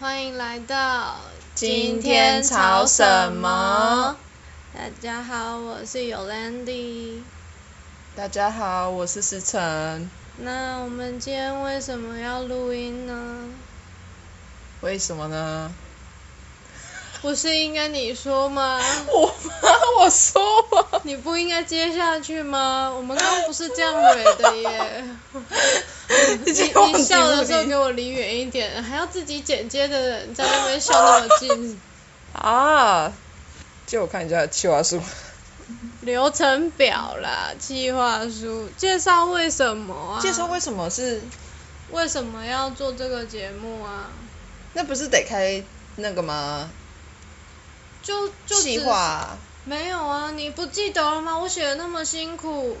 欢迎来到今天吵什么？大家好，我是 Yolandi。大家好，我是思成。那我们今天为什么要录音呢？为什么呢？不是应该你说吗？我妈，我说我你不应该接下去吗？我们刚啊刚不是这样蕊的 耶。已经你忘你记笑的了时候给我离远一点，还要自己剪接的人在那边笑那么近，啊！借我看一下企划书。流程表啦，计划书，介绍为什么啊？介绍为什么是？为什么要做这个节目啊？那不是得开那个吗？就就只计划没有啊？你不记得了吗？我写的那么辛苦，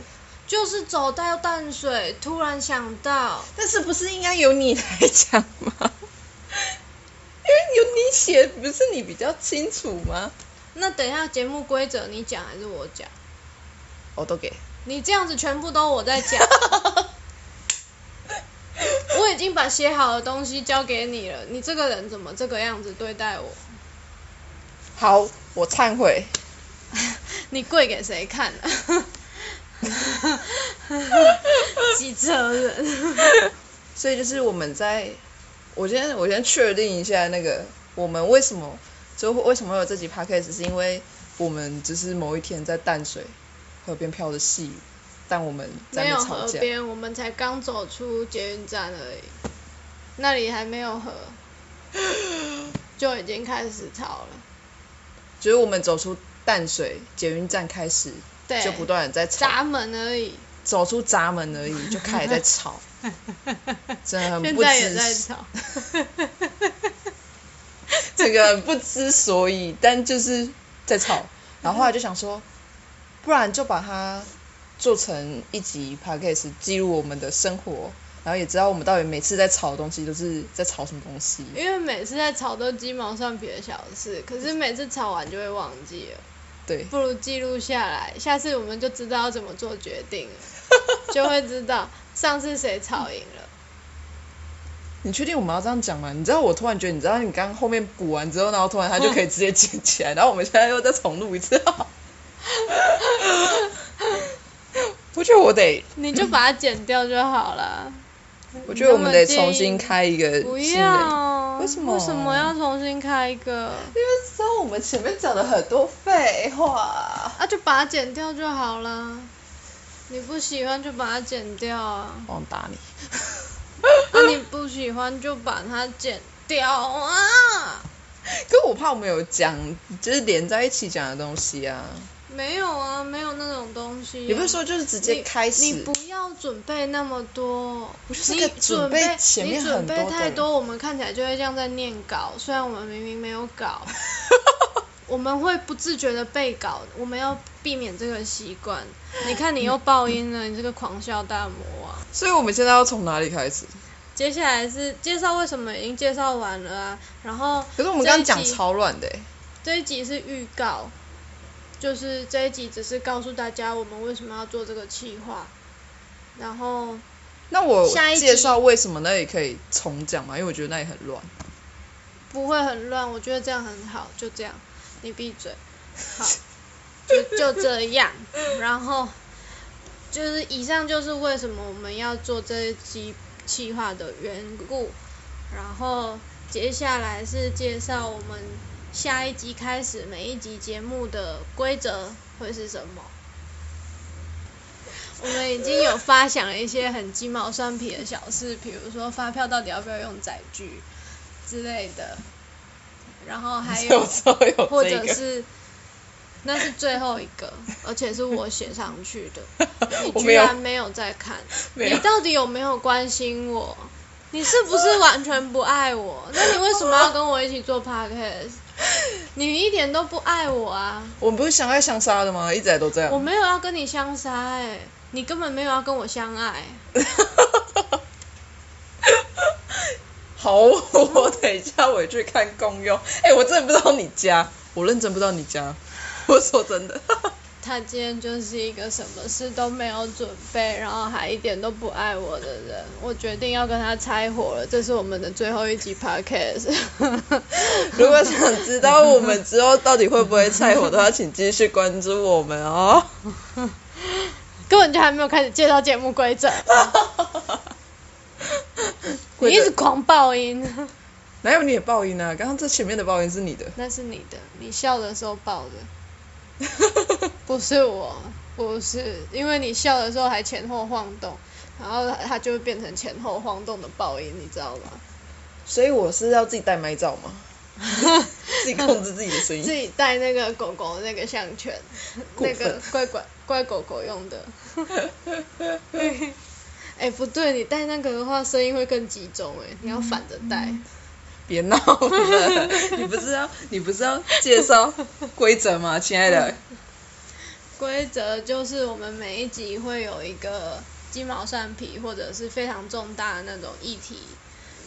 就是走到淡水，突然想到，但是不是应该由你来讲吗？ 因为有你写，不是你比较清楚吗？那等一下节目规则你讲还是我讲？我都给。你这样子全部都我在 讲，我已经把写好的东西交给你了，你这个人怎么这个样子对待我？ 好，我忏悔。 你跪给谁 看啊？机车人，所以就是我们在，我先我先确定一下那个我们为什么就为什么会有这集 podcast，是因为我们就是某一天在淡水河边飘着细雨，但我们在没那有边吵河架，边，我们才刚走出捷运站而已，那里还没 有河，就已经开始吵了。就是我们走出淡水捷运站开始对，就不断的在吵，闸门而已，走出闸门而已就开始在吵， 真的很现不在也知在吵。这个很不知所以，但就是在吵。然后后来就想说，不然就把它做成一集 podcast，记录我们的生活，然后也知道我们到底每次在吵的东西都是在吵什么 东西。 因为每次在吵都鸡毛蒜皮的小事，可是每次吵完就会忘记了，对，不如记录下来，下次我们就知道要怎么做决定了，就会知道上次谁吵赢了。你确定我们要这样讲吗？你知道我突然觉得，你知道你刚刚后面补完之后，然后突然它就可以直接剪起来，然后我们现在又再重录 一次。我觉得我得，你就把它剪掉就好了。我觉得我们得你那么重介意新开一个不新的要，为什么为什么要重新开一个？因为知道我们前面讲了很多废话。啊，就把它剪掉就好了。你不喜欢就把它剪掉啊，忘打你。啊你不喜欢就把它剪掉啊。可我怕我们有讲，就是连在一起讲的东西啊。没有啊，没有那种东西啊、你不是说就是直接开始？你不要准备那么多，我就是你个准备前面很你多准备太的人。多，我们看起来就会像在念稿，虽然我们明明没有 稿，我们会不自觉的背稿，我们要避免这个习惯。你看你又爆音了，你这个狂笑大魔王。所以我们现在要从哪里开始？接下来是介绍为什么已经介绍完了啊，然后可是我们刚刚这一讲集超乱的、欸，这一集是预告，就是这一集只是告诉大家我们为什么要做这个企划，然后。那我下一集介绍为什么那里可以重讲嘛？因为我觉得那里很 乱。不会很乱，我觉得这样很好，就这样，你闭嘴，好， 就就这样，然后就是以上就是为什么我们要做这一集企划的缘故，然后接下来是介绍我们下一集开始每一集节目的规则会是什么。我们已经有发想了一些很鸡毛蒜皮的小事，比如说发票到底要不要用载具之类的，然后还有有时候有或这者个，是那是最后一个，而且是我写上去的， 你我居没有然没有在看，没你有。到底有没有关心我？你是不是完全不爱我？那你为什么要跟我一起做 podcast？你一点都不爱我啊！我们不是相爱相杀的吗？一直以来都这样。我没有要跟你相杀哎、你根本没有要跟我相爱。 好，我等一下回去看公用。哎、我真的不知道你家，我认真不知道你家。我说真的， 他今天就是一个什么事都没有准备，然后还一点都不爱我的人。我决定要跟他拆伙了，这是我们的最后一集 podcast。 如果想知道我们之后到底会不会拆伙的话，请继续关注我们哦。 根本就还没有开始介绍节目规则，你一直狂爆音，哪有你的爆音啊？刚刚这前面的爆音是你的，那是你的，你笑的时候爆的，不是我，不是，因为你笑的时候还前后晃动，然后它就会变成前后晃动的爆音，你知道吗？所以我是要自己带麦罩吗？ 自己控 制自己的声自音，己带那个狗狗那个项圈，过那分个乖乖乖狗狗用 的。哎、不对，你带那个的话，声音会更集中哎、嗯你要反着带。别闹了！ 你不是要你不是要介绍规则 吗，亲爱的？规则就是我们每一集会有一个鸡毛蒜皮或者是非常重大的那种议题，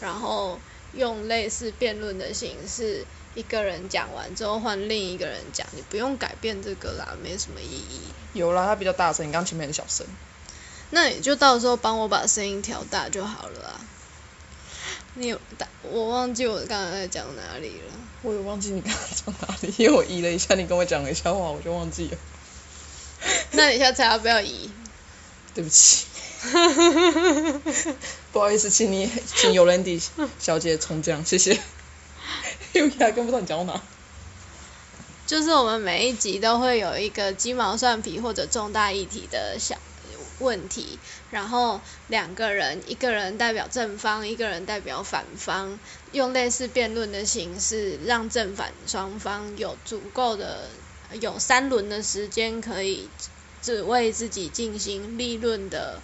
然后用类似辩论的形式，一个人讲完之后换另一个人讲，你不用改变这个啦，没什么意义。有啦，它比较大声，你刚前面很小声。那你就到时候帮我把声音调大就好了啊。你有打我忘记我刚才在讲哪里了。我也忘记你刚刚讲哪里，因为我移了一下，你跟我讲了一下话，我就忘记了。那你下次要不要移？对不 起，不好意思，请你请尤兰迪小姐重讲，谢 谢。因为他跟不上你讲到哪。就是我们每一集都会有一个鸡毛蒜皮或者重大议题的小问题，然后两个人，一个人代表正方，一个人代表反方，用类似辩论的形式，让正反双方有足够的有三轮的时间可以只为自己进行立论的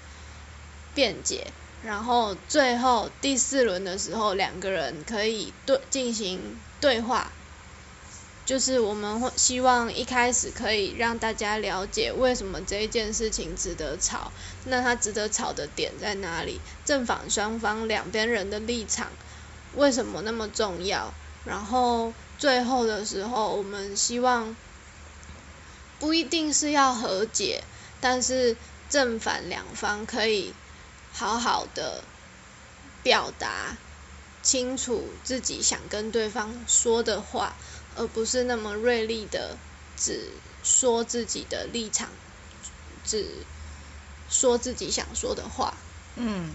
辩解。然后最后第四轮的时候，两个人可以对进行对话，就是我们会希望一开始可以让大家了解为什么这一件事情值得吵，那它值得吵的点在哪里？正反双方两边人的立场为什么那么重要？然后最后的时候，我们希望不一定是要和解，但是正反两方可以好好的表达清楚自己想跟对方说的话。而不是那么锐利的只说自己的立场，只说自己想说的话。嗯，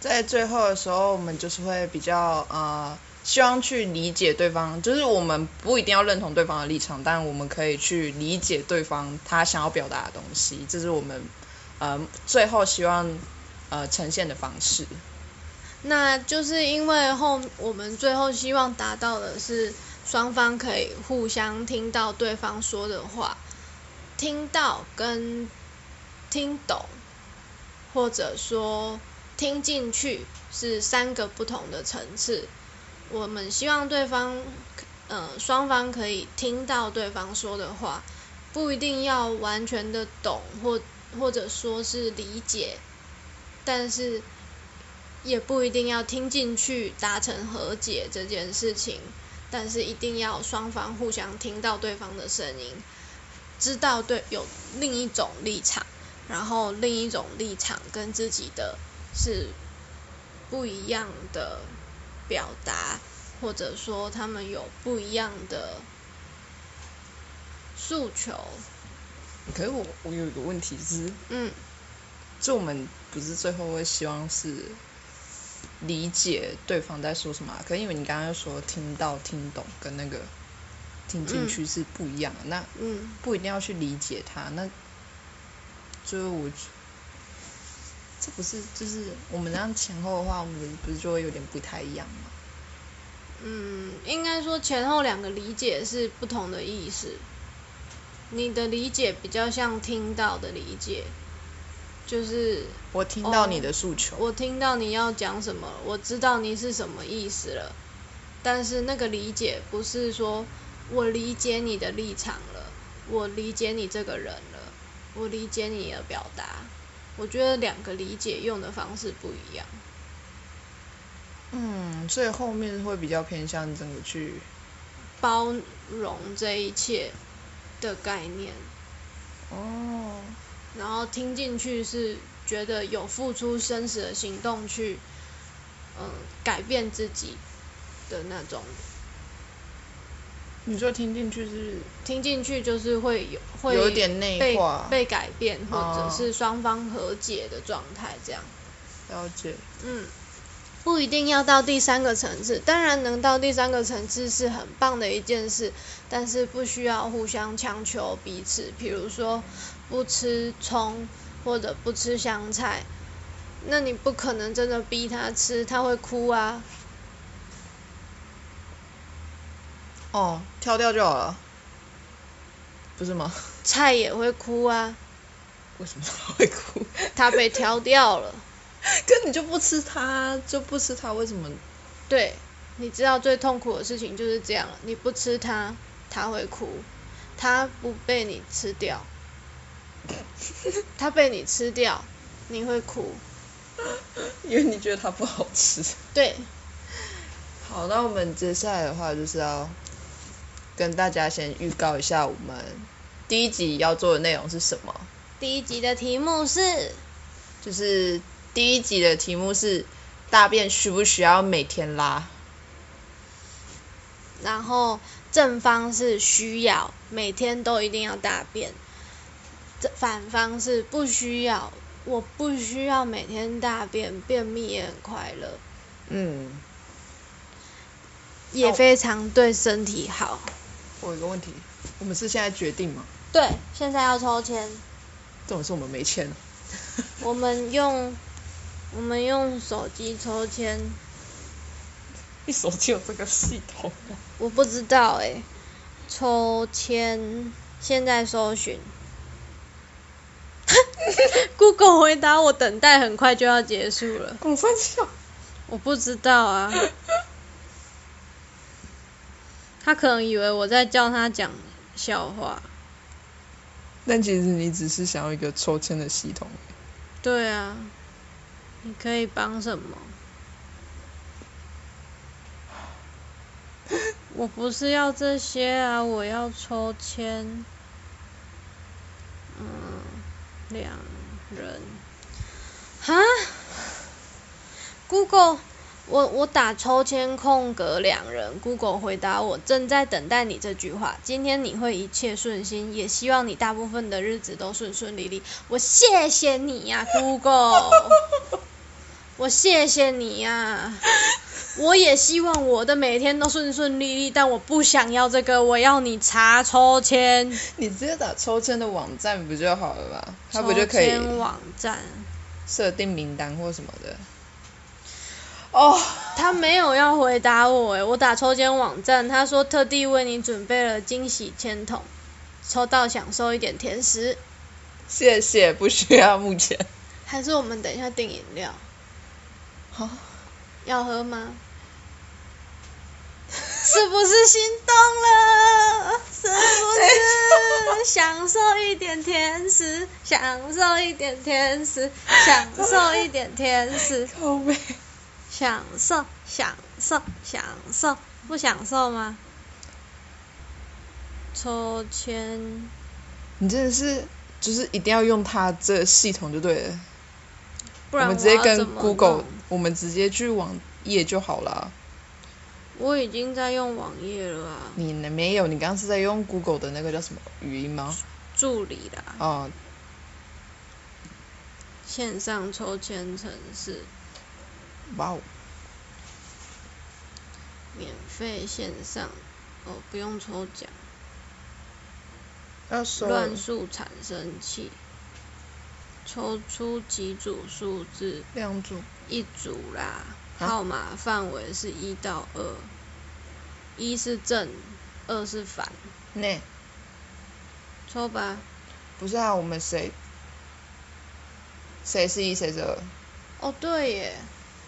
在最后的时候，我们就是会比较呃，希望去理解对方，就是我们不一定要认同对方的立场，但我们可以去理解对方他想要表达的东西，这是我们呃最后希望呃呈现的方式。那就是因为后我们最后希望达到的是双方可以互相听到对方说的话，听到跟听懂，或者说听进去是三个不同的层次。我们希望对方，呃，双方可以听到对方说的话，不一定要完全的懂或或者说是理解，但是也不一定要听进去达成和解这件事情，但是一定要双方互相听到对方的声音，知道对有另一种立场，然后另一种立场跟自己的是不一样的表达，或者说他们有不一样的诉求。可是我我有一个问题是，嗯，就我们不是最后会希望是理解对方在说什么啊、可是因为你刚刚又说听到、听懂跟那个听进去是不一样的，那嗯，不一定要去理解他，那就是我这不是就是我们这样前后的话，我们不是就会有点不太一样吗？嗯，应该说前后两个理解是不同的意思。你的理解比较像听到的理解，就是我听到你的诉求，我听到你要讲什么，我知道你是什么意思了。但是那个理解不是说我理解你的立场了，我理解你这个人了，我理解你的表达。我觉得两个理解用的方式不一样。嗯，所以后面会比较偏向整个去包容这一切的概念，哦，然后听进去是觉得有付出生死的行动去，嗯、改变自己的那种。你说听进去是听进去就是会有会有一点内被化，被改变，或者哦是双方和解的状态这样。了解，嗯，不一定要到第三个层次，当然能到第三个层次是很棒的一件事，但是不需要互相强求彼此。比如说不吃葱或者不吃香菜，那你不可能真的逼他吃，他会哭啊。哦，挑掉就好了，不是吗？菜也会哭啊，为什么他会哭？ 他被挑掉了。跟你就不吃它，就不吃它，为什么？ 对，你知道最痛苦的事情就是这样了，你不吃它，它会哭；它不被你吃掉，它被你吃掉，你会哭。因为你觉得它不好吃。对，好，那我们接下来的话就是要跟大家先预告一下，我们第一集要做的内容是什么？第一集的题目是就是第一集的题目是“大便需不需要每天拉然后正方是需要，每天都一定要大便；这反方是不需要，我不需要每天大便，便秘也很快乐，”？嗯，也哦非常对身体好。我有一个问题，我们是现在决定吗？对，现在要抽签。这种是我们没哦钱。我们用我们用手机抽签，你手机有这个系统？我不知道哎、抽签现在搜寻。Google 回答我，等待很快就要结束了。我三笑。我不知道啊，他可能以为我在教他讲笑话。但其实你只是想要一个抽签的系统。对啊，你可以帮什么？我不是要这些啊，我要抽签。嗯，两人。哈？Google，我我打抽签空格两人，Google 回答我正在等待你这句话。今天你会一切顺心，也希望你大部分的日子都顺顺利利。我谢谢你呀、g o o g l e 我谢谢你呀、我也希望我的每天都顺顺利利，但我不想要这个，我要你查抽签， 你直接打抽签的网站不就好了吧？它不抽就可以签网站，设定名单或什么的？哦，他没有要回答我诶，我打抽签网站，他说特地为你准备了惊喜签筒，抽到享受一点甜食，谢谢，不需要目前。还是我们等一下订饮料，好，要喝吗？是不是心动了？是不是享受一点甜食，享受一点甜食，享受一点甜食，靠背。享受享受享受，不享受吗？抽签，你真的是，就是一定要用它这系统就对了。不我然们直接要怎跟么 Google，弄我们直接去网页就好了。我已经在用网页了啊，你呢没有？你刚刚是在用 Google 的那个叫什么语音吗？助理啦，哦，线上抽签程式。哇哦，免费线上，哦，不用抽奖，要收了乱数产生器，抽出几组数字，两组。一组啦，啊号码范围是一到二，一是正，二是反，那抽吧，不是啊，我们谁谁是一，谁是二？哦对耶，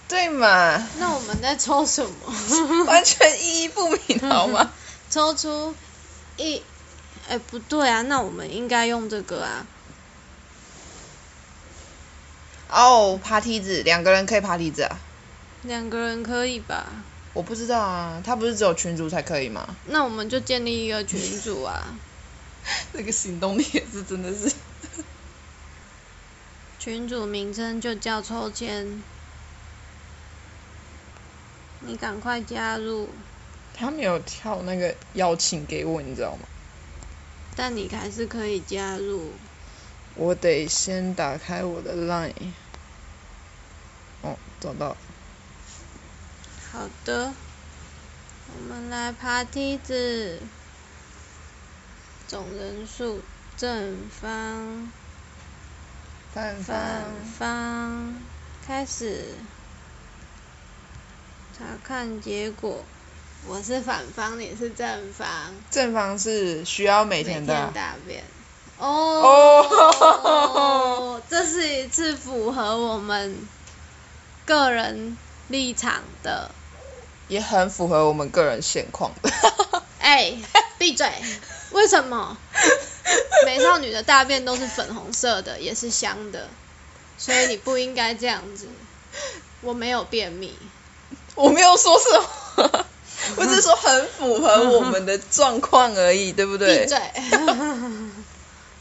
对嘛，那我们在抽什么？完全意义不明，好吗？抽出一，哎不对啊，那我们应该用这个啊，哦，爬梯子，两个人可以爬梯子啊？两个人可以吧？我不知道啊，他不是只有群主才可以吗？那我们就建立一个群组啊。那个行动力也是真的是，群主名称就叫抽签，你赶快加入，他没有跳那个邀请给我，你知道吗？但你还是可以加入。我得先打开我的 Line。哦，找到了，好的，我们来爬梯子，总人数正方范反范，方开始，查看结果。我是反方，你是正方，正方是需要每每天的啊，大便。哦哦， 这是一次符合我们个人立场的。也很符合我们个人现况 的。哎，闭嘴！为什么美少女的大便都是粉红色的，也是香的？所以你不应该这样子。我没有便秘，我没有说什 么，我只是说很符合我们的状况而已，对不闭对？ 嘴！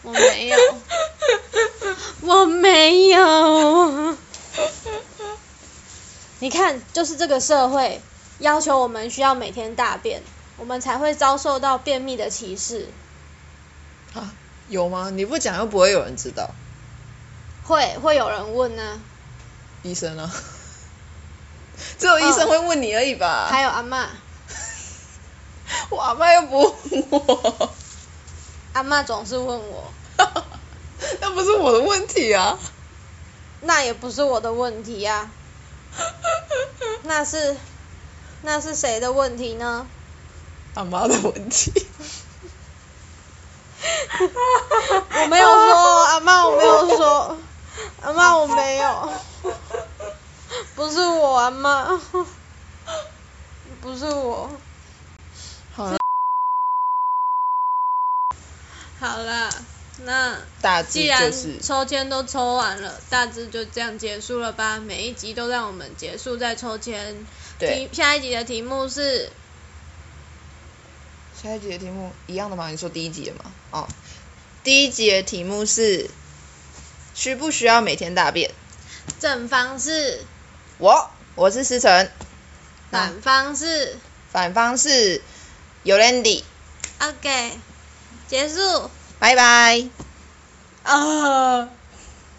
我没有，我没有。你看，就是这个社会要求我们需要每天大便，我们才会遭受到便秘的歧视。啊，有吗？你不讲又不会有人知道，会会有人问啊呢、医生啊， 只有医生会问你而已吧？哦 还有阿嬷，我阿妈又不问我， 阿嬷总是问我，那不是我的问题啊。那也不是我的问题呀、 那是那是谁的问题呢？阿妈的 问题，我没有说，阿妈，我没有说，阿妈，我没有，不是我，阿妈，不是我。好啦好啦，那大致既然就是抽签都抽完了，大致就这样结束了吧。每一集都让我们结束再抽签。对。题下一集的题目是下一集的题目一样的吗？你说第一集的吗？哦，第一集的题目是需不需要每天大便？正方是我我是思成，那反方是反方是有 Landy， OK，结束拜拜。啊。